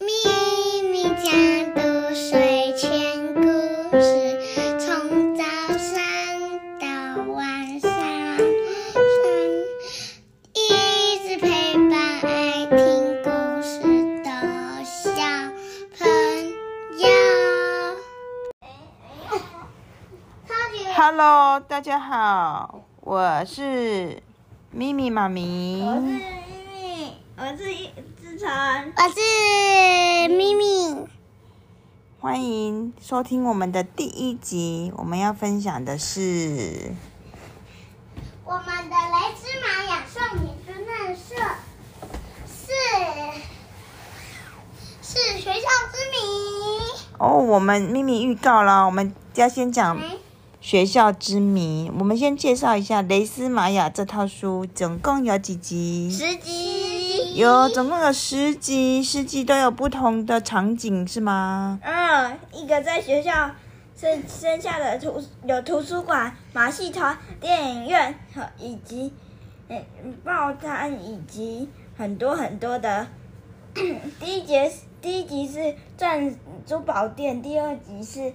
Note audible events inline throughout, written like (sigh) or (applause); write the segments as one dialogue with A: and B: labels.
A: 咪咪家的睡前故事，从早上到晚上，一直陪伴爱听故事的小朋友。超级
B: Hello，大家好，我是咪咪妈咪。
C: 我是咪咪，我是一志成。
A: 我是咪咪，
B: 欢迎收听我们的第一集，我们要分享的是
A: 我们的雷芝玛雅少女侦探社是是学校之
B: 哦，我们咪咪预告啦，我们要先讲
A: 谜。
B: 学校之谜。我们先介绍一下《雷斯玛雅》这套书，总共有几集？
A: 十级
B: 有，总共有十集，十集都有不同的场景，是吗？
C: 嗯，一个在学校剩剩下的图有图书馆、马戏团、电影院和以及嗯报摊以及很多很多的。 (clears throat) 第一节第一集是钻珠宝店，第二集是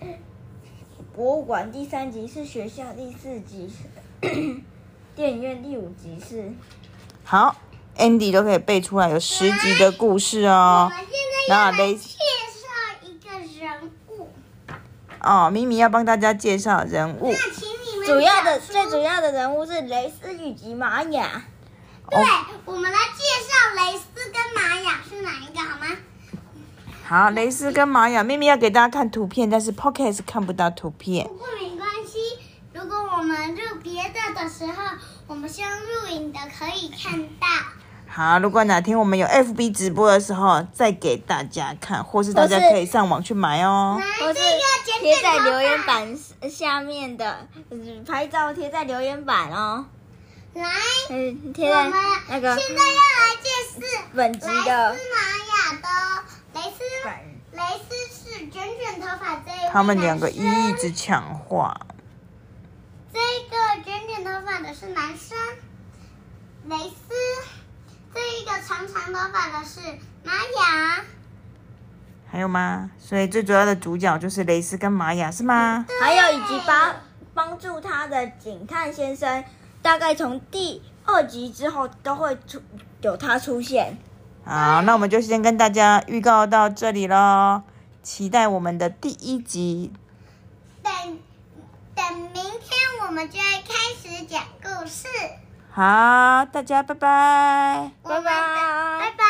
C: 博物馆，第三集是学校，第四集是 (clears throat) 电影院，第五集是
B: 好，Andy 都可以背出来，有十集的故事
A: 我
B: 哦
A: 们。现在要
B: 那
A: 来
B: 雷
A: 介绍一个人物，
B: 哦，咪咪要帮大家介绍人物。
A: 那请你们
C: 主要
A: 讲
C: 的
A: 出
C: 最主要的人物是雷斯以及玛雅。
A: 对，我们来介绍雷斯跟玛雅是哪一个好吗？
B: 好，雷斯跟玛雅，咪咪要给大家看图片，但是 Pocket 是看不到图片
A: 不。过没关系，如果我们录别的的时候，我们先录影的可以看到。
B: 好，如果哪天我们有 FB 直播的时候，再给大家看，或是大家
C: 或是
B: 可以上网去买哦。
A: 来，
C: 我
A: 这
C: 是
A: 个剪
C: 贴
A: 剪
C: 在
A: 头
C: 留言
A: 发。
C: 板下面的，嗯拍照贴在留言板哦，
A: 来，
C: 嗯，贴
A: 我
C: 在
A: 们
C: 那个
A: 现在要来介绍
C: 本
A: 雷
C: 集
A: 斯
C: 的
A: 玛雅的雷斯，
C: 版。
A: 雷斯是卷卷头发这一位
B: 他们两个
A: 男生
B: 一直抢话。
A: 这个卷卷头发的是男生，蕾丝；这一个长长头发的是玛雅。
B: 还有吗？所以最主要的主角就是雷斯跟玛雅，是吗？
C: 还有以及帮帮助他的警探先生，大概从第二集之后都会出有他出现。
B: 好，那我们就先跟大家预告到这里喽，期待我们的第一集。
A: 等等，明天我们就会开始讲故事。
B: 好，大家拜拜。
A: 我们的
C: 拜拜
A: 拜拜。